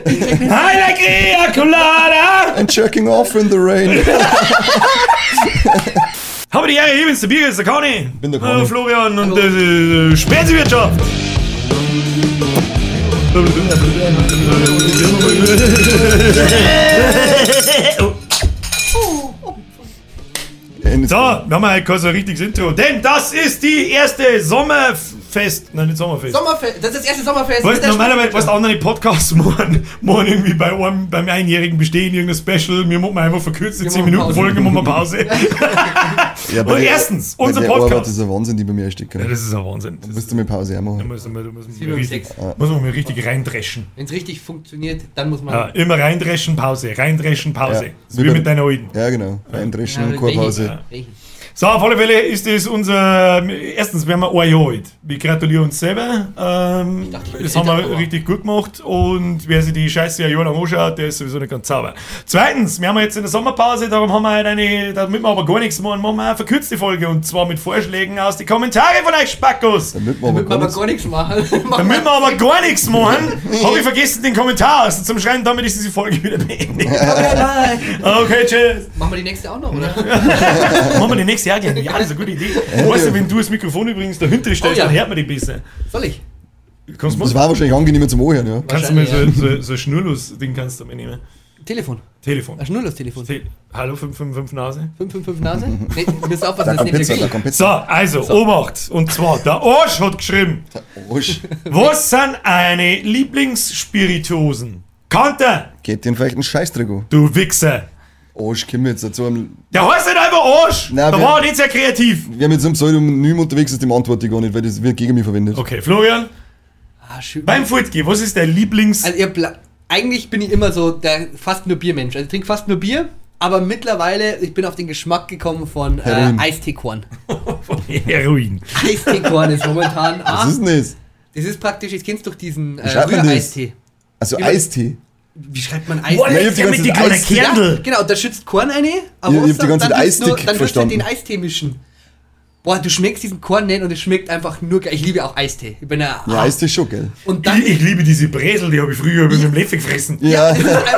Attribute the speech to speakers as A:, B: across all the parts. A: I like Ea Colada!
B: And jerking off in the rain.
A: Habe die Ehre, hier ist der Bier, ist der Conny.
B: Bin der Conny.
A: Hallo Florian und äh, Spätzewirtschaft.
B: In-
A: So, wir haben halt kein so richtiges Intro. Denn das ist die erste Sommerfest. Nein, nicht Sommerfest.
C: Sommerfest, das ist das erste Sommerfest.
A: Weißt,
C: mit der
A: normalerweise, weißt du, andere Podcasts morgen, morgen irgendwie bei einem, beim Einjährigen bestehen, irgendein Special, wir machen einfach verkürzte 10
C: machen
A: Minuten
C: Pause.
A: Folge, machen wir Pause.
B: Ja,
A: Und
B: bei der-
A: erstens,
B: bei
A: unser
B: der Arbeit
A: Podcast.
B: ist ein Wahnsinn, die bei mir steckt.
A: Ja, das ist ein Wahnsinn. Das
B: Müsst ihr mir Pause auch
A: da
B: machen.
A: muss man, da muss man
C: Sieben und
A: richtig,
C: sechs.
A: muss man mal richtig reindreschen.
C: Wenn es richtig funktioniert, dann muss man.
A: Ja, immer reindreschen, Pause, reindreschen, Pause.
B: Ja.
A: Das ist wie mit deiner alten.
B: Ja, genau. Eindreschen, Chorpause.
C: Welchen?
A: So, auf alle Fälle ist es unser. Erstens, wir haben ein Jahr alt. Wir gratulieren uns selber. Ähm,
C: dachte, ich bin
A: das haben wir
C: älter, aber-
A: richtig gut gemacht. Und wer sich die Scheiße ein Jahr lang anschaut, der ist sowieso nicht ganz sauber. Zweitens, wir haben jetzt in der Sommerpause, darum haben wir halt eine. Damit wir aber gar nichts machen, machen wir eine verkürzte Folge. Und zwar mit Vorschlägen aus den Kommentaren von euch, Spackos.
B: Damit man aber gar
C: Damit man aber
B: nichts.
C: gar nichts machen.
A: Damit wir aber gar nichts machen, habe ich vergessen, den Kommentar aus zum Schreiben. Damit ist diese Folge wieder beendet. Okay, tschüss.
C: Machen wir die nächste auch noch, oder?
A: Machen wir die nächste Jahr gleich. Ja, das ist eine gute Idee. Weißt du, wenn du das Mikrofon übrigens dahinter stellst,
C: Oh ja.
A: dann hört man die besser.
C: Soll ich?
A: Kannst du,
B: Das war wahrscheinlich angenehmer zum Ohren, ja.
A: kannst du mir so,
C: Wahrscheinlich,
A: so, so ein Schnurlos-Ding kannst du mir nehmen.
C: Telefon.
A: Telefon.
C: Ein Schnurlos-Telefon.
A: Te Hallo 555 Nase.
C: 555 Nase? Nee, wir müssen
B: Da
C: aufpassen, dass
B: kommt
C: nicht
B: Pizza, da
C: wirklich.
B: kommt
A: So,
B: Pizza.
A: also, Obacht. Und zwar, der Arsch hat geschrieben,
B: Arsch.
A: was sind eine Lieblingsspirituosen? Kanter,
B: Geht den vielleicht einen Scheißdreck an.
A: du Wichser.
B: Arsch, kommen wir jetzt dazu. am-
A: Der heißt nicht einfach Arsch.
B: Na,
A: da
B: wer-
A: war er nicht sehr kreativ.
B: Wer mit so einem Pseudonym unterwegs ist, dem antworte ich gar nicht, weil das wird gegen mich verwendet.
A: Okay, Florian,
C: Ah, schön.
A: beim Furtgehen, was ist der Lieblings...
C: Also ihr bla- eigentlich bin ich immer so der fast nur Biermensch. Also ich trinke fast nur Bier, aber mittlerweile ich bin auf den Geschmack gekommen von äh,
B: Heroin.
C: Eisteekorn.
A: Also, Heroin.
C: Eisteekorn ist momentan. Ah,
B: Was ist denn das?
C: das ist praktisch, ich kenn's durch diesen äh,
B: schreibt man das?
C: Rühreistee.
B: Also
C: Ja.
B: Eistee.
C: Wie schreibt man
A: Boah,
C: Eistee?
B: Ja, ich
A: der
B: hab die
A: mit
B: ganze
A: die kleine
B: Eis- Ja.
C: Ja,
A: Kerndl.
C: genau, da schützt Korn eine,
B: Ich- ich
C: aber
B: hab die ganze Zeit
C: willst du nur-
B: Eistick
C: dann willst du halt
B: verstanden.
C: den Eistee mischen. Boah, du schmeckst diesen Korn nicht und es schmeckt einfach nur geil. Ich liebe auch Eistee. Ich bin ja,
B: Ja, Eistee schon, gell?
C: Und dann
A: Ich, ich liebe diese Bresel, die habe ich früher mit dem Löffel gefressen.
B: Ja,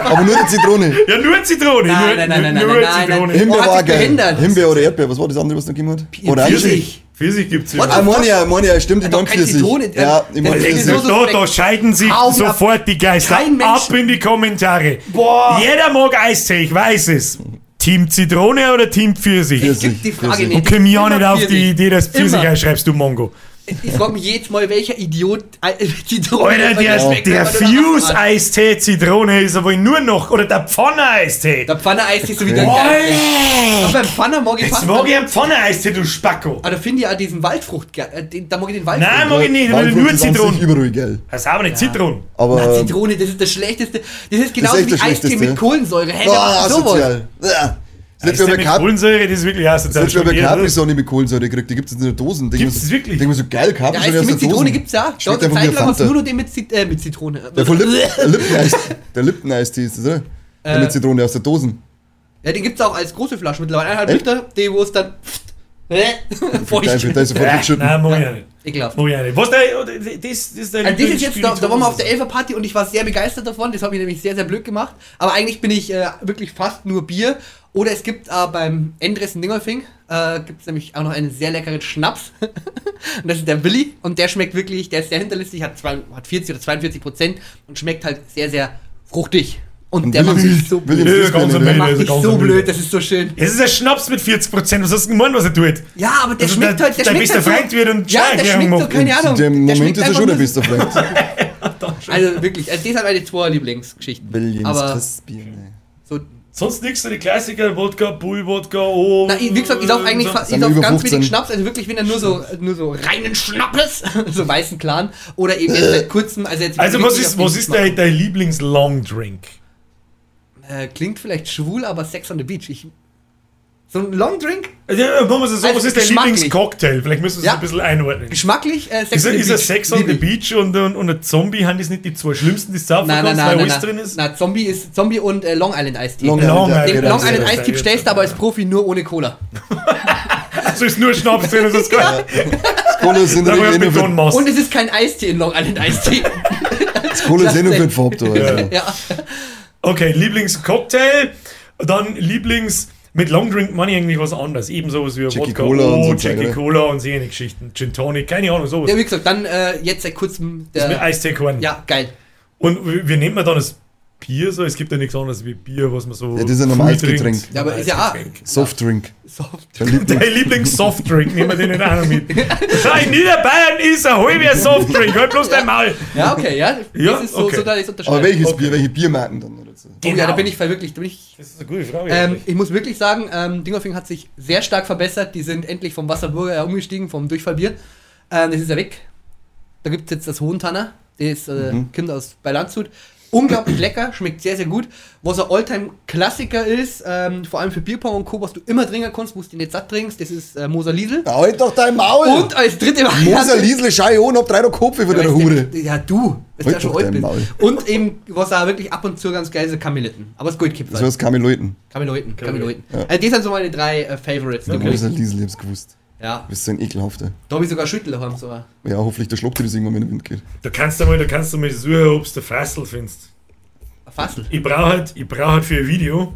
B: aber nur die Zitrone.
A: Ja, nur Zitrone.
C: Nein,
A: nur,
C: nein, nein,
A: nur,
C: nein, nein,
A: nur
C: nein, nein,
A: Zitrone.
C: nein.
B: Himbeer
C: Oh, hat
B: war
C: sich
B: geil.
C: behindert.
B: Himbeer oder Erdbeer, was war das andere, was noch gegeben hat? Orange.
C: Pfirsich.
A: Pfirsich. Pfirsich gibt's hier.
C: Oder-
B: Ah, Moni, ja, Moni, ja, stimmt, ich
C: Doch,
B: mein
C: keine
B: Pfirsich.
C: Zitrone, äh,
B: Ja, ich mein
C: das ist
B: Pfirsich.
C: so-
A: Da, da scheiden sich
C: Haufen ab.
A: sofort die Geister.
C: Kein Mensch-
A: Ab in die Kommentare.
C: Boah.
A: Jeder mag Eistee, ich weiß es. Team Zitrone oder Team Pfirsich?
B: Pfirsich.
C: ich krieg die Frage
B: Pfirsich.
C: nicht.
A: Komm ja
C: Immer
A: nicht auf
C: Pfirsich.
A: die Idee, dass du Pfirsich
C: Immer.
A: einschreibst, du Mongo.
C: Ich frage mich jedes Mal, welcher Idiot äh, die Drohne
A: Alter, der,
C: schmeckt,
A: der
C: wenn man nur nach Wasser
A: Fuse-Eistee Zitrone ist aber nur noch. Oder der Pfanne-Eistee.
C: hat. Der Pfanne-Eis ist so wieder geil.
A: Alter.
C: Aber beim Pfanne mag ich
A: Jetzt
C: fast.
A: mag ich einen Pfanne-Eistee, du Spacko.
C: Aber da finde ich auch diesen Waldfrucht geil. Äh, den- Da mag ich den
A: Nein,
C: Waldfrucht.
A: mag ich nicht, ich will
B: Waldfrucht
A: nur
B: ist an sich
A: Zitronen.
B: Überall, gell?
A: Das haben wir nicht Zitronen.
B: Aber.
C: Na, Zitrone, das ist das Schlechteste. Das ist genauso
B: Äh, echt
C: wie
B: das
C: Eistee
B: Schlechteste.
C: mit Kohlensäure. Hey,
B: Ah,
C: oh, sowas.
B: sozial. Ja. Das
A: Das
B: letzte
A: ist
B: Mal
A: mit
B: bei Capri-
A: Kohlensäure, das ist wirklich erst
B: das letzte Mal bei Capri-Sonne mit Kohlensäure gekriegt. Die gibt's in den Dosen. Denk
A: Gibt's
B: mir so-
A: das wirklich?
B: Denk mir so, geil,
C: Der
B: Capri-Sonne
C: Eistee
B: aus der
C: mit
B: Dosen.
C: Zitrone gibt's ja. Da
B: Schmeckt
C: eine
B: einfach wie
C: Zeit
B: ein
C: lang hast du
B: Fanta.
C: nur noch den mit, Zit äh, mit Zitrone.
B: Der von Lippen, der Lipton-Eis. Der Lipton-Eistee ist das, oder? Der mit Zitrone aus der Dosen.
C: Ja, den gibt's auch als große Flasche mittlerweile. Eineinhalb
B: Echt?
C: Liter, die wo es dann. Hä? Feucht.
B: Geil, da ist sofort
A: Nein,
B: geschüttet.
A: mag ich auch nicht.
C: Ekelhaft.
A: Mag ich auch nicht. Was der, das, das ist der
C: Also das ist jetzt, da, da waren wir auf der
A: Elf.
C: Elferparty und ich war sehr begeistert davon. Das hat mich nämlich sehr, sehr blöd gemacht. Aber eigentlich bin ich äh, wirklich fast nur Bier. Oder es gibt äh, beim Endress in Dingolfing, äh, gibt es nämlich auch noch einen sehr leckeren Schnaps. und das ist der Willi. Und der schmeckt wirklich, der ist sehr hinterlistig, hat, zwei, hat 40 oder 42 Prozent und schmeckt halt sehr, sehr fruchtig. Und, der
B: Willi-
C: macht mich so
B: Willi-
C: blöd.
B: Nee,
A: Ja,
B: das
A: ganz
B: kenn
A: am
B: ich nicht.
C: Der
B: Nee,
C: macht
A: Ende, ganz
C: mich so
A: am Ende.
C: blöd, das ist so schön.
A: Es ist ein Schnaps mit 40%, was hast du gemeint, was er tut?
C: Ja, aber der
A: Also
C: schmeckt
A: der-
C: halt, der,
A: der
C: schmeckt
A: beste
C: halt so-
A: Freund wird und
C: Ja, der
A: Schadenjäger
C: schmeckt so,
A: macht.
C: keine Ahnung.
B: In dem
C: der
B: Moment
C: schmeckt
B: ist er
C: einfach
B: schon der
C: nur so-
B: Beste, vielleicht.
C: Also wirklich, also das sind meine zwei Lieblingsgeschichten. Aber
B: Christbier,
C: so,
A: Sonst nichts, so die Klassiker, Wodka, Bull, Wodka, oh.
C: na, ich, wie gesagt, ich sauf eigentlich fast,
B: Sind
C: ich
B: wir
C: sauf
B: über
C: ganz
B: 15?
C: wenig Schnaps, also wirklich, wenn dann nur so, nur so reinen Schnappes, so weißen Clan, oder eben jetzt seit kurzem, also jetzt
A: Also, was
C: wirklich
A: ist,
C: auf
A: was
C: den
A: ist dein, dein Lieblings-Longdrink?
C: Geschmack. Äh, klingt vielleicht schwul, aber Sex on the Beach, ich, so ein Long Drink,
A: Ja, äh, machen wir es so,
C: Also
A: was ist dein
C: geschmacklich.
A: Lieblingscocktail? Vielleicht müssen wir es
C: Ja.
A: ein bisschen einordnen.
C: geschmacklich, äh, Sex
A: Ist,
C: on the
A: ist
C: Beach.
A: ein Sex on
C: lieb
A: the
C: ich.
A: Beach und, und, und ein Zombie haben das nicht die zwei schlimmsten, die es saufen
C: Nein, nein,
A: kannst,
C: nein,
A: weil
C: nein,
A: alles drin
C: nein,
A: ist?
C: nein, Zombie ist, Zombie und äh, Long Island Eistee.
B: Long
A: Long
B: Island,
C: Den
A: Island.
B: ja,
C: Long
B: genau.
C: Island
A: Eistee.
C: Eistee stellst du aber als Profi nur ohne Cola.
A: Also ist nur Schnaps drin, das ist geil.
B: Cola sind
A: Da
B: die
A: war ja
B: Innov-
A: Betonmaus.
C: Und es ist eh kein Eistee in Long Island Eistee.
B: Das coole
C: Klasse.
B: Sendung für den Fab, du. Alter.
C: Ja.
A: Okay, Lieblingscocktail, dann Lieblings. Mit Long Drink Money eigentlich was anderes. Eben sowas wie
B: Jackie
A: Wodka,
B: Cola und
A: oh,
B: so ne? ein Zeug,
A: Jackie
B: oder?
A: Cola und solche Geschichten. Gin Tonic, keine Ahnung, sowas.
C: ja, wie gesagt, dann äh, jetzt seit kurzem
A: mit
C: der.
A: Eisteekorn.
C: Ja, geil.
A: Und wie wie nennt man dann das Bier so? Es gibt ja nichts anderes wie Bier, was man so.
B: Ja, das ist ein
A: früh
B: normales
A: trinkt.
B: Getränk.
C: Ja, aber ist ja auch.
A: Getränk.
B: Softdrink.
C: Soft.
B: Dein Lieblings-
A: Dein Lieblings-Softdrink, nehmen wir den nicht auch noch mit. In Niederbayern ist ein halber Softdrink, halt bloß dein Maul.
C: Ja, okay, ja.
A: Ja,
C: das ist so,
A: okay.
C: so da ich unterscheide.
B: Aber welches
A: Okay.
B: Bier? Welche Biermarken dann? Oder so?
C: Oh, ja, da bin ich verwirklicht. Da bin ich
A: Das ist eine gute Frage.
C: Ähm,
A: eigentlich.
C: ich muss wirklich sagen, ähm, Dingolfing hat sich sehr stark verbessert. Die sind endlich vom Wasserburger umgestiegen, vom Durchfallbier. Ähm, das ist ja weg. Da gibt es jetzt das Hohentanner. Der ist, äh,
B: Mhm.
C: kommt aus bei Landshut. Unglaublich lecker, schmeckt sehr, sehr gut. Was ein Alltime-Klassiker ist, ähm, vor allem für Bierpong und Co., was du immer trinken kannst, wo du den nicht satt trinkst, das ist äh, Moser Liesel.
B: Halt doch dein Maul!
C: Und als dritte Variante.
B: Moser Liesle, schei an, hab drei noch Kopfe für
C: Ja,
B: deine
C: weißt du,
B: Hure.
C: Ja, du. Bist
B: Halt
C: ja schon
B: doch
C: alt
B: dein
C: bist.
B: Maul.
C: Und eben, was auch wirklich ab und zu ganz geil ist, Kameletten. Aber es ist gut kippt.
B: Das heißt Kameloiten.
C: Kameloten,
A: Kameloten.
C: Kameloten.
B: Ja.
C: Also, das sind so meine drei äh, Favorites.
B: Okay.
C: die
B: Moser
C: größten.
B: Liesle, ich hab's gewusst.
C: Ja.
B: Du bist so ein ekelhafter.
C: Da hab ich sogar Schüttel haben sogar.
B: Ja, hoffentlich der Schluck dir das irgendwann, wenn der Wind geht.
A: da kannst du mal, da kannst du mal suchen, ob du Frassel findest.
C: Fassel.
A: Ich brauche halt, ich brauch halt für ein Video.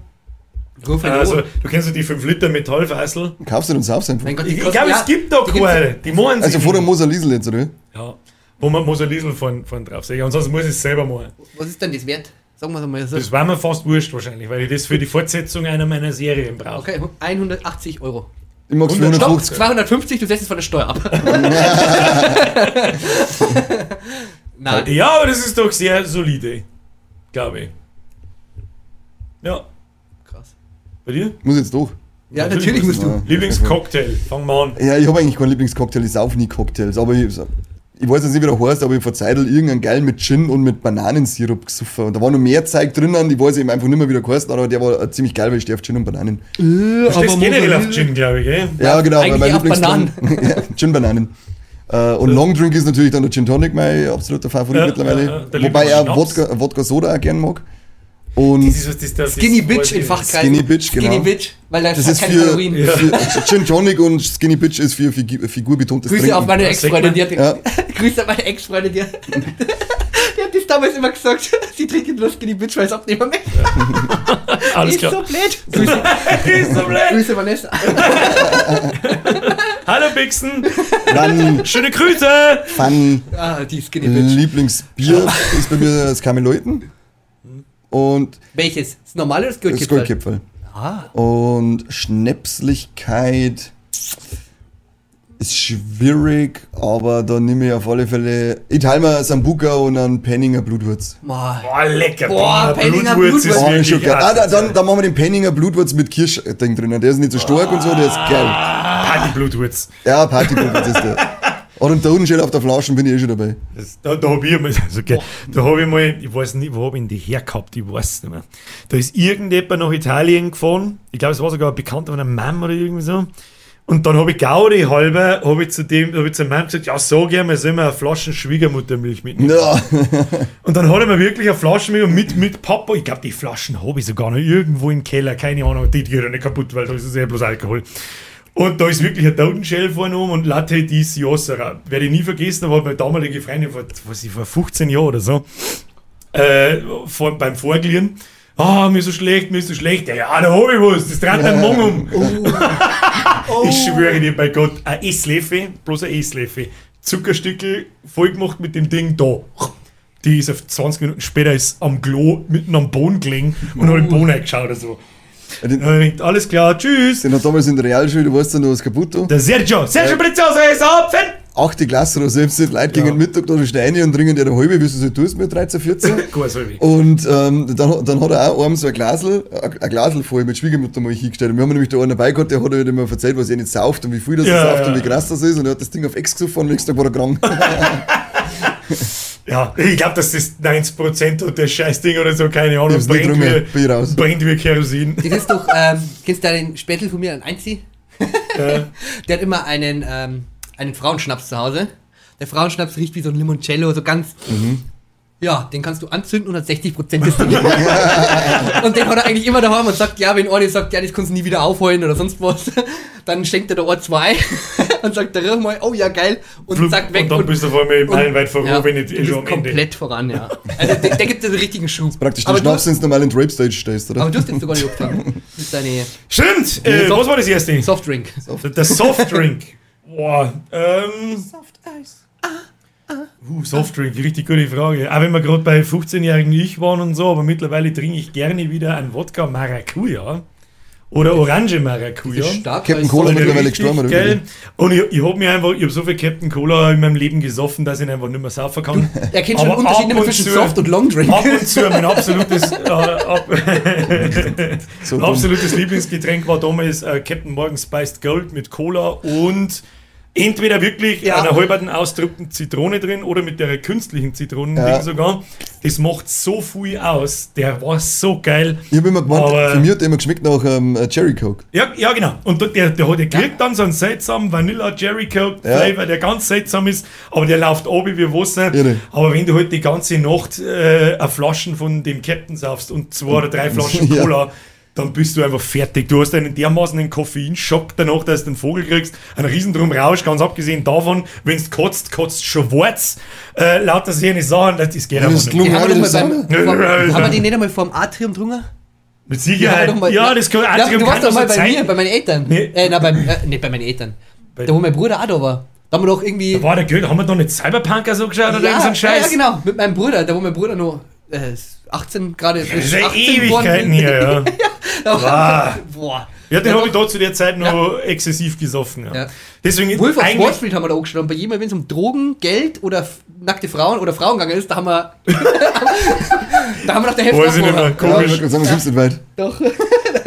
C: Ruf halt
A: Also,
C: an.
A: du kennst ja die 5 Liter Metallfassel.
B: Kaufst du den Saufs einfach.
C: Mein Gott, die
A: Ich, ich
C: kosten-
A: glaube,
C: ja,
A: es gibt da
C: die gibt's-
A: keine. Die machen
B: Also
A: sie
B: vor der
A: nicht.
B: Moser Liesle jetzt, oder?
A: Ja. Wo man muss ein Liesel von, von drauf sehen. Ansonsten muss ich es selber machen.
C: Was ist denn das wert? Sagen wir mal so.
A: Das war mir fast wurscht wahrscheinlich, weil ich das für die Fortsetzung einer meiner Serien brauche.
C: Okay, 180 Euro.
B: Ich mag's für
A: 100
C: Stopp,
B: 150.
C: 250, du setzt es von der Steuer ab. Nein,
A: Ja, aber das ist doch sehr solide. Glaube ich. Ja.
C: krass.
A: Bei dir?
B: Muss jetzt doch.
C: Ja,
A: Natürlich
C: natürlich musst du.
B: Ja.
A: Lieblingscocktail. Fangen wir an.
B: Ja, ich habe eigentlich keinen Lieblingscocktail, ich sauf nie Cocktails, aber ich, ich weiß jetzt nicht, wie der heißt, aber ich hab vor Zeitl irgendeinen geil mit Gin und mit Bananensirup gesoffen. Und da war noch mehr Zeug drinnen, ich weiß eben einfach nicht mehr, wie der heißt, aber der war äh, ziemlich geil, weil ich stehe auf Gin und Bananen.
C: Äh,
A: Du stehst generell auf Gin, glaube ich, eh? gell?
B: Ja, genau,
C: eigentlich auf
B: Lieblingsgetränk- ja, Gin Bananen. Äh, und Long Drink ist natürlich dann der Gin Tonic mein absoluter Favorit
A: Ja,
B: mittlerweile.
A: ja, ja, der
B: Wobei ich auch
A: Lieblingsschnaps.
B: Wodka, Wodka Soda auch gern mag. Und
A: Das ist, was das da
C: Skinny
A: das-
C: Bitch in Fachkreisen.
B: Skinny Bitch, genau.
C: Skinny Bitch, weil da
B: das
C: hat
B: ist
C: keine
B: für,
C: Kalorien.
B: für Gin Tonic und Skinny Bitch ist für Figu- figurbetontes
C: Grüße
B: Trinken.
C: auf meine
A: Ja,
C: Ex-Freundin, die hat
B: Ja.
C: Grüße an meine Ex-Freundin, die, hat- die hat das damals immer gesagt, sie trinkt nur Skinny Bitch, weil es abnehmen möchte.
A: Alles
C: Ist so
A: klar.
C: blöd. Grüße,
A: Ist so blöd.
C: Grüße Vanessa.
A: Hallo Bixen.
B: Dann
A: Schöne Grüße.
B: Fun
C: Ah, die Skinny Bitch.
B: Lieblingsbier ist bei mir das Kameloiten und
C: Welches? Das normale oder das
B: das
C: Goldkipferl?
B: Goldkipferl.
C: Ah,
B: Und Schnäpslichkeit ist schwierig, aber da nehme ich auf alle Fälle. Ich teile mir Sambuca und einen Penninger Blutwurz.
C: mal.
A: Boah, lecker.
C: Boah, Penninger Blutwurz.
B: Oh, ist schon geil. Ah, da,
A: Ah,
B: dann, dann machen wir den Penninger Blutwurz mit Kirschding drinnen. Der ist nicht so stark und so, der ist geil.
A: Party Blutwurz.
B: Ja, Partyblutwurz ist der. Und und da unten steht auf der Flasche bin ich eh schon dabei.
A: Das, da da habe ich, mal- also, okay, da hab ich mal, ich weiß nicht, wo habe ich denn die hergehabt, ich weiß es nicht mehr. Da ist irgendjemand nach Italien gefahren, ich glaube, es war sogar ein Bekannter von einem Mann oder irgendwie so. Und dann habe ich Gaudi halber, habe ich zu dem, habe ich zu meinem gesagt, ja, sag ich mal, soll mir eine Flasche Schwiegermuttermilch mitnehmen.
B: Ja,
A: Und dann hat er mir wirklich eine Flasche mit, mit, mit Papa, ich glaube, die Flaschen habe ich sogar noch irgendwo im Keller, keine Ahnung, die geht ja nicht kaputt, weil da ist es ja bloß Alkohol. Und da ist wirklich ein Totenschädel vorne um und Latte di Siosera. Werde ich nie vergessen, aber meine damalige Freundin vor, weiß ich, vor 15 Jahren oder so, äh, vor, beim Vorglieren, ah, mir ist so schlecht, mir ist so schlecht, ja, ja da habe ich was, das dreht mein Mung um.
B: Oh.
A: Ich schwöre dir bei Gott, ein Esslöffel, bloß ein Esslöffel, Zuckerstückel vollgemacht mit dem Ding da. Die ist auf 20 Minuten später ist am Klo mitten am Boden gelegen und hat den Boden eingeschaut oder so.
B: den,
A: Und dann denkt, alles klar, tschüss.
B: den hat damals in der Realschule, du weißt ja noch was kaputt. da.
A: Der Sergio, Sergio Prezioso ist abfen!
B: achte Klasse oder selbst nicht Leute gegen
A: Ja.
B: den Mittag da Steine und trinken der eine halbe, wie sie so tust mit 13, 14.
A: Gut, so wie.
B: Und ähm, dann, dann hat er auch einem so ein Glasl, ein ein Glasl voll mit Schwiegermutter mal hingestellt. Und wir haben nämlich da einen dabei gehabt, der hat halt immer erzählt, was er nicht sauft und wie viel das
A: Ja,
B: sauft
A: ja.
B: und wie krass das ist. Und er hat das Ding auf Ex gesoffen und am nächsten Tag war er krank.
A: Ja, ich glaube, dass das 90% und das Scheißding oder so, keine Ahnung,
B: hab's nicht
A: brennt
B: drungen,
A: wie,
B: bin raus.
A: brennt wie Kerosin.
C: Das ist doch, ähm, kennst du den Spätel von mir, einen Einzieh?
A: Äh,
C: Der hat immer einen, ähm, einen Frauenschnaps zu Hause. Der Frauenschnaps riecht wie so ein Limoncello, so ganz.
A: Mhm.
C: Ja, den kannst du anzünden und hat 60% des Ding. und den hat er eigentlich immer daheim und sagt, ja, wenn Ordi sagt, ja, das kannst du nie wieder aufholen oder sonst was, dann schenkt er der Ort zwei. und sagt der Riff mal, oh ja, geil, und
A: Blub,
C: sagt weg.
A: und dann bist du vor mir meilenweit voran,
C: ja,
A: wenn nicht eh
C: du bist
A: schon am Ende.
C: komplett voran, ja. Also der, der gibt dir den richtigen Schub.
B: Praktisch den
C: aber du,
B: Schnaps,
C: hast-
B: den du normal in Rape Stage stehst, oder?
C: aber du hast den sogar gejuckt haben. Mit deinem
A: Stimmt! Äh,
C: Soft-
A: was war das erste?
C: Softdrink.
A: Der- Der Softdrink. Boah, ähm. Softeis.
C: Ah,
A: Uh, Softdrink, richtig gute Frage. Auch wenn wir gerade bei 15-jährigen Ich waren und so, aber mittlerweile trinke ich gerne wieder einen Wodka Maracuja oder Orange Maracuja.
C: Ist stark,
B: Captain
C: weil
B: Cola
C: so-
A: Also
B: mittlerweile
A: richtig
B: gestorben, oder?
A: geil. Und ich, ich habe mir einfach, ich habe so viel Captain Cola in meinem Leben gesoffen, dass ich ihn einfach nicht mehr saufen kann.
C: Er kennt schon den
A: Aber
C: Unterschied
A: ab
C: immer
A: und
C: zwischen
A: zu-
C: Soft und Longdrink.
A: Ab und zu mein absolutes, äh, ab,
B: So dumm.
A: absolutes Lieblingsgetränk war damals äh, Captain Morgan Spiced Gold mit Cola und entweder wirklich
C: Ja.
A: einer halberten ausgedrückten Zitrone drin oder mit der künstlichen Zitronen
B: Ja.
A: sogar. Das macht so viel aus. Der war so geil.
B: Ich habe immer gemeint,
A: Aber-
B: für mich hat der immer geschmeckt nach ähm, äh, Cherry Coke.
A: Ja, ja genau. Und der, der, der, hat- der kriegt dann so einen seltsamen Vanilla Jerry Coke
B: Ja.
A: Flavor, der ganz seltsam ist, aber der läuft oben wie Wasser.
B: Irre.
A: Aber wenn du halt die ganze Nacht äh, eine Flaschen von dem Captain saufst und zwei oder drei Flaschen
B: Ja.
A: Cola, dann bist du einfach fertig. Du hast einen dermaßenen Koffeinschock danach, dass du einen Vogel kriegst, einen riesen drum Rausch, ganz abgesehen davon, wenn du kotzt, kotzt schwarz. Äh, lauter solche Sachen, das ist gerne
B: Das ist
C: Die haben wir
B: Ja,
C: doch mal
B: das
C: beim,
B: ist
A: auch-
C: vor, haben wir die nicht einmal vor dem Atrium drungen?
A: Mit
C: Die haben wir
A: Sicherheit.
C: doch mal-
A: Ja, das kann,
C: Ja,
A: Atrium
C: Du warst
A: kann
C: doch mal
A: das
C: bei
A: so
C: mir,
A: sein.
C: bei meinen Eltern.
A: Nee.
C: Äh, nein, beim, äh, nicht bei meinen Eltern.
A: Bei-
C: Da, wo mein Bruder auch da war. Da haben wir doch irgendwie.
A: War der Geld, haben wir da nicht Cyberpunker so geschaut oder irgend so
C: ja,
A: einen Scheiß?
C: ja, genau. Mit meinem Bruder, da wo mein Bruder nur äh, 18 gerade.
A: Das ist ja
C: 18 geworden
A: Ewigkeiten
C: ist.
A: hier, ja.
C: Da war-
A: Wow.
C: Boah.
A: Ja, den
C: Ja,
A: habe ich
C: doch.
A: da zu der Zeit noch exzessiv gesoffen. Ja.
C: Ja.
A: Deswegen
C: Wolf auf Wall
A: eigentlich,
C: Street haben wir da angeschaut. Und bei jedem, wenn es um Drogen, Geld oder f- nackte Frauen oder Frauen gegangen ist, da haben wir. da haben wir nach der Hälfte
A: Weiß ich nicht mehr.
B: Ja,
C: abgehauen.
B: ich
A: Komisch.
B: wollte gerade sagen, das gibt's nicht weit.
C: Doch.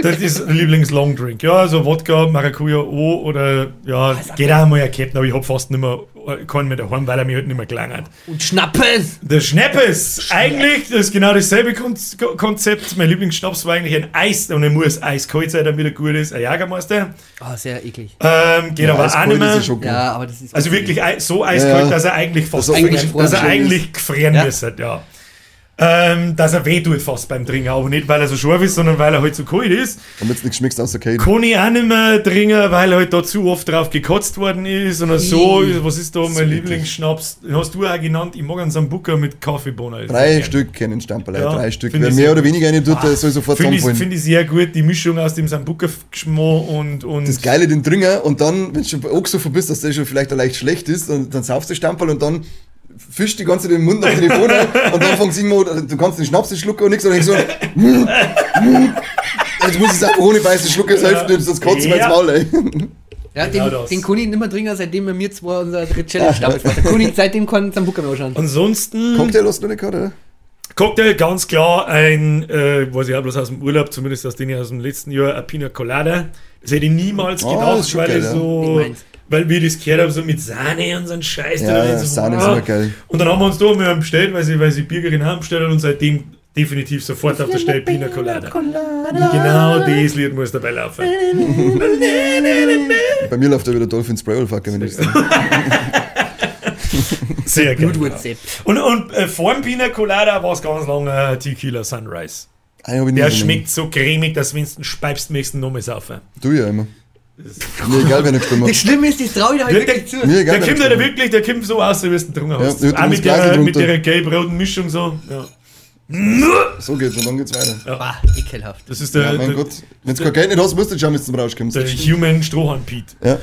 A: das ist Lieblings-Longdrink. Ja, also Wodka, Maracuja, O oder ja, geht auch mal ein Captain, aber ich habe fast nicht mehr keinen mehr daheim, weil er mir halt nicht mehr gelangt hat.
C: Und Schnappes!
A: Der Schnappes, eigentlich, das ist genau dasselbe Kon Ko- Konzept. Mein Lieblingsschnaps war eigentlich ein Eis, und er muss eiskalt sein, damit er gut ist. Ein Jagermeister.
C: Ah, sehr eklig.
A: Ähm, geht
B: Ja,
A: aber auch
B: eiskalt
A: nicht
B: ist
A: mehr.
B: es schon gut.
C: Ja, aber das ist.
A: Also wirklich ei- so eiskalt,
B: Ja, ja.
A: dass er eigentlich fast
B: Dass er
A: eigentlich
C: eigentlich
A: dass er
B: gefroren ist.
A: eigentlich gefrieren
C: Ja.
A: müsste, ja. Ähm, dass er weh tut fast beim Trinken, aber nicht weil er so scharf ist, sondern weil er halt so kalt ist.
B: Damit du nichts schmeckst außer Kate.
A: Kann ich auch nicht mehr trinken, weil halt da zu oft drauf gekotzt worden ist oder so.
C: Ih.
A: Was ist da mein
B: eklig.
A: Lieblingsschnaps? Den Hast du auch genannt, ich mag einen Sambuka mit Kaffeebohnen. Also
B: Drei
A: gern.
B: Stück kennen Stamperlei,
A: Ja,
B: drei Stück.
A: find
B: Wer
A: ich
B: mehr
A: so. Ah,
B: oder weniger eine tut, der soll sofort
A: Finde ich,
B: zusammenfallen.
A: find ich sehr gut, die Mischung aus dem Sambuka-Geschmack und, und
B: das Geile, den Dringer, und dann, wenn du schon angesoffen bist, dass der schon vielleicht auch leicht schlecht ist, und dann saufst du Stamperl und dann fischst die ganze Zeit den Mund auf die Bohne und dann fängst du irgendwo, also du kannst den Schnaps nicht schlucken und nichts, und dann denkst du, so, mm, mm, jetzt muss ich es einfach ohne beißen, schlucken, es hilft nicht, sonst kotzt ja. mir ins
A: Ja.
B: Maul, ey.
C: Ja,
A: Genau
C: den,
A: das.
C: den Kuni nicht mehr trinken, seitdem wir mir zwar unser Challenge damals machen. Kuni, seitdem kann Sambuka mehr anschauen.
A: ansonsten.
B: Cocktail hast du noch nicht gehabt, oder?
A: Cocktail, ganz klar, ein, äh, weiß ich auch bloß aus dem Urlaub, zumindest aus denen aus dem letzten Jahr, ein Pina Colada. Das hätte ich niemals
B: Oh,
A: gedacht,
B: ist schon
A: weil
B: geil,
A: ich
B: ja.
A: so,
C: Ich mein's.
A: weil wir das gehört haben, so mit Sahne und so ein Scheiß.
B: Ja,
A: da,
B: ja,
A: so,
B: Sahne ist
A: wow.
B: immer geil.
A: Und dann haben wir uns da mal einen bestellt, weil sie, weil sie Bürgerin haben bestellt und seitdem definitiv sofort auf der Stelle Pina Colada. Genau dieses Lied muss dabei laufen.
B: Bei mir läuft da wieder Dolphin Spray Olfacker, wenn ich
A: Sehr geil.
C: Blutwurzel.
A: Und, und äh, vor dem Pina Colada war es ganz lange äh, Tequila Sunrise.
B: Ah,
A: Der schmeckt so cremig, dass wenn du einen speibst, möchtest du ihn nochmal saufen.
B: Du ja immer. Mir egal, wer nicht gestimmt
C: Das
B: hat.
C: Schlimme ist, das traue ich euch
A: Der,
C: wirklich zu.
A: der,
B: Mir
A: der
B: egal, wer
A: kommt
B: das
A: halt
B: macht.
A: wirklich, der kommt so aus, wie es den drungen hast.
B: Ja, der hat
A: Auch
B: uns
A: mit
B: gleich
A: der, mit
B: drunter.
A: der gelb-roten Mischung so. Ja.
B: So geht's und dann geht's weiter.
C: Bah, Ah, ekelhaft.
A: Das ist der,
B: ja, mein
A: der,
B: Gott. Wenn du kein Geld nicht hast, musst du schon bis zum Rausch kommen.
A: der Human Strohhorn Pete.
B: Ja.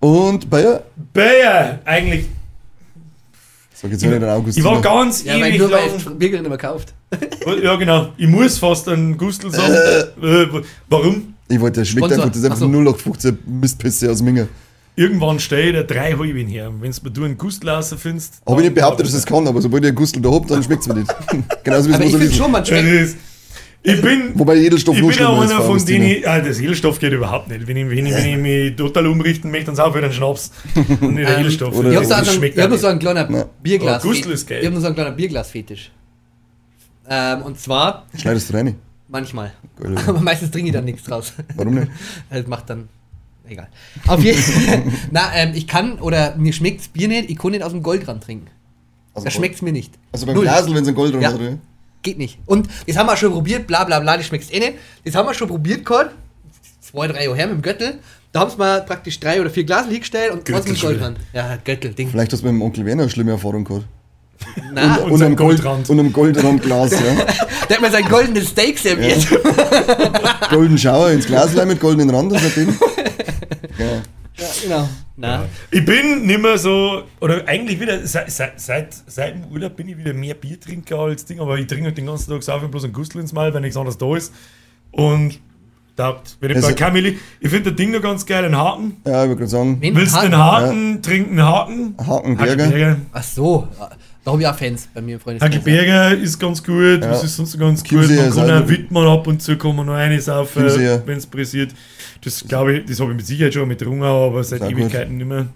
B: Und Bayer?
A: Bayer, eigentlich.
B: So geht's wieder den August.
A: Ich war ganz
C: Ja, weil
A: ewig
C: nur weil
A: lang.
C: es Biergerin immer kauft.
A: Ja, genau. Ich muss fast einen Gustl sagen. Äh, w- warum?
B: Ich wollte, der schmeckt
C: Sponsor.
B: einfach, das ist einfach
C: Ach so.
B: 0815 Mistpisse aus Minge.
A: Irgendwann stehe ich da drei halben her. Wenn du du einen Gustl rausfindest.
B: Habe ich nicht
A: dann-
B: behauptet, dass es kann, aber sobald ihr einen Gustel da habt, dann schmeckt's mir nicht. Genauso wie es
C: Aber ich finde
B: Mosel
C: schon, man
A: Das
C: schmeckt.
A: ist- Ich bin.
B: Wobei Edelstoff
A: Ich bin auch einer
B: Frau
A: von
B: Augustine.
A: denen, ah, das Edelstoff geht überhaupt nicht. Wenn ich, wenn ich, wenn ich mich total umrichten möchte, dann saufe ich den Schnaps und nicht den
C: Ähm,
A: Edelstoff.
B: oder-
A: das
C: Ich habe so,
A: das
C: einen-
A: schmeckt
C: ich hab
A: auch
C: nur so
A: nicht.
C: einen kleinen
B: Ja.
C: Bierglas.
A: Oh, Gustl ist geil.
C: ich habe nur so einen kleinen Bierglas-Fetisch. Ähm, und zwar
B: Schneidest du rein?
C: manchmal.
B: Geil, oder?
C: Aber meistens trinke ich dann nichts draus.
B: Warum nicht?
C: Das macht dann. Egal. Auf jeden Fall. Na, ähm, ich kann oder mir schmeckt's Bier nicht, ich kann nicht aus dem Goldrand trinken.
B: Also,
C: Da schmeckt's mir nicht.
B: Also beim
C: Null.
B: Glasel, wenn es ein Gold drin
C: Ja.
B: hat, oder?
C: Geht nicht. Und das haben wir schon probiert, bla bla bla, das schmeckt's eh nicht. Das haben wir schon probiert, Korn. Zwei, drei Jahre her mit dem Göttel. Da haben sie mal praktisch drei oder vier Glas hingestellt und
A: Göttel
C: trotzdem
A: schon
C: Gold
A: wieder.
C: dran. Ja, Göttel, Ding.
B: Vielleicht hast du mit dem Onkel Werner eine schlimme Erfahrung gehabt.
C: Na,
A: Und sein Goldrand.
B: Und einem Goldrandglas, ja.
C: der hat mir sein goldenes Steak serviert.
B: Golden Schauer ins Glas rein mit goldenen Rand und seitdem. Ja.
C: Ja, genau. Na.
A: Ich bin nimmer so, oder eigentlich wieder, seit, seit, seit, seit dem Urlaub bin ich wieder mehr Biertrinker als Ding, aber ich trinke halt den ganzen Tag sauf und bloß ein Gustl ins Mal, wenn nichts anderes da ist. Und da, wenn ich
B: Also-
A: bei Camille, ich finde das Ding noch ganz geil, einen Haken.
B: Ja, ich würde gerade sagen,
C: Wen?
A: Willst du einen Haken, trink einen Haken.
B: Hakenberger.
C: Ach so, da habe ich auch Fans bei mir im
B: Also-
C: Freundeskreis.
A: Hakenberger ist ganz gut, was ist sonst noch ganz gut.
B: Chiemseer
A: Man
B: ist
A: kann
B: auch
A: auch
B: gut.
A: Wittmann ab und zu kommen noch eines auf,
B: Chiemseer.
A: wenn es pressiert. Das glaube ich, das habe ich mit Sicherheit schon mit Rungau, aber seit
B: auch gut.
A: Ewigkeiten nicht mehr.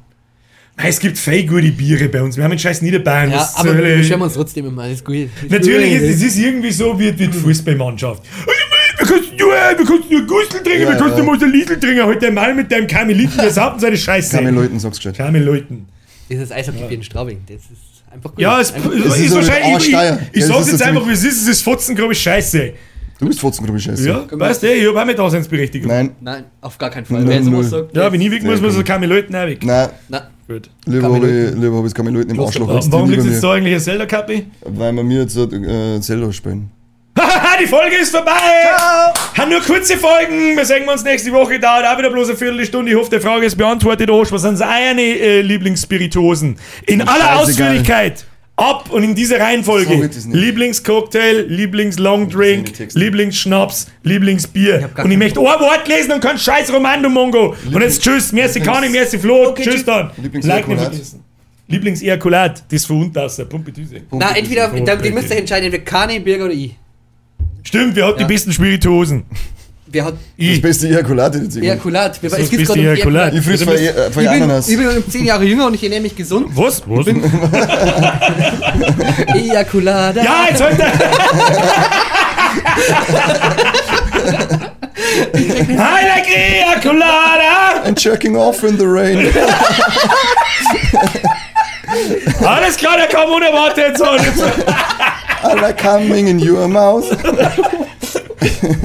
A: Nein, es gibt fake gute Biere bei uns. Wir haben einen scheiß Niederbayern.
C: Ja,
A: was zur
C: aber
A: Hölle?
C: wir schauen uns trotzdem immer, alles gut.
A: Natürlich ist es ist irgendwie so wie, wie die Fußballmannschaft. Wir können nur, wir können nur Gustl trinken,
B: Ja,
A: wir können
B: ja.
A: nur Liesel trinken. Heute mal mit deinem Karmeliten, der saubt seine Scheiße.
B: Kann mir Leuten sag's gescheit.
A: Karmeliten.
C: Dieses Eishockey-Bier in Straubing, das ist einfach gut.
A: Ja, es,
C: einfach
A: es
B: ist
A: ist
B: so mit
A: wahrscheinlich. Ich,
B: Arschsteier.
A: ich
B: Ja, das
A: sag's
B: ist
A: jetzt
B: so
A: einfach,
B: ziemlich-
A: wie es ist. Es ist Fotzen, glaube ich, scheiße.
B: Du bist Fotzengrube scheiße.
A: Ja, weißt du, ich hab auch mit Daseinsberechtigung.
B: Nein,
C: Nein, auf gar keinen Fall.
B: Null,
C: Wer sowas
B: null.
C: sagt,
A: Ja,
C: das-
A: wenn ich weg muss,
B: Sehr
A: muss ich
B: gut.
A: keine Leute nein weg.
B: nein,
C: Na,
A: Gut.
B: lieber
C: Kann mir
B: habe ich, lieber hab ich keine Leute im
C: Los,
B: Arschloch.
A: Wa-
B: als die
A: Warum
B: lieber
A: liegt jetzt
B: mir.
A: da eigentlich ein Zelda-Kappe?
B: Weil wir mir jetzt äh, Zelda spielen.
A: Haha, die Folge ist vorbei! Haben nur kurze Folgen. Wir sehen uns nächste Woche. Dauert auch wieder bloß eine Viertelstunde. Ich hoffe, die Frage ist beantwortet. Osch, was sind eure äh, Lieblingsspirituosen? In aller
B: scheißegal.
A: Ausführlichkeit. Ab und in dieser
B: So
A: Reihenfolge.
B: wird es nicht.
A: Lieblingscocktail,
B: Ich seh die
A: Lieblingslongdrink,
B: Texte.
A: Lieblingsschnaps, Lieblingsbier.
C: hab gar
A: und ich
C: keinen
A: möchte ein Wort lesen und kein scheiß Roman, du Mongo. und jetzt tschüss. Merci
B: Lieblings-
A: Kani, merci Flo. tschüss
B: tschüss.
A: dann.
B: Lieblingsejakulat.
A: nicht vergessen. Lieblingsejakulat. Das von unten aus. Pumpedüse.
C: na entweder,
A: Oh,
C: da, ihr
A: bitte.
C: müsst ja entscheiden, entweder Kani, Birger oder ich.
A: Stimmt, wer hat die
C: Ja.
A: besten Spirituosen?
C: Wer hat
B: Das
A: Ich.
B: beste Ejakulat jetzt
C: eher
B: irgendwie.
C: Kulat? Wer-
A: Sonst
C: Es gibt
A: bist
C: gerade
A: du
C: noch
A: Ejakulat.
C: Ejakulat.
B: Ich friss
A: Also,
B: von äh, von
C: Ich bin,
B: Ananas.
C: ich bin um 10 Jahre jünger und ich ernähre mich gesund.
A: Was? Was?
C: Ejakulada.
A: Ja, jetzt halt Heilige Colada!
B: And jerking off in the rain.
A: Alles klar, der kam unerwartet. So, und jetzt-
B: I like coming in your mouth.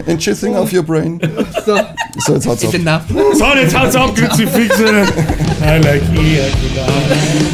B: And chissing off your brain.
C: So,
B: So, jetzt hat's
C: ich
B: ab.
C: bin nach.
A: so jetzt hat's abgezogen. Fixe. Heilige Colada.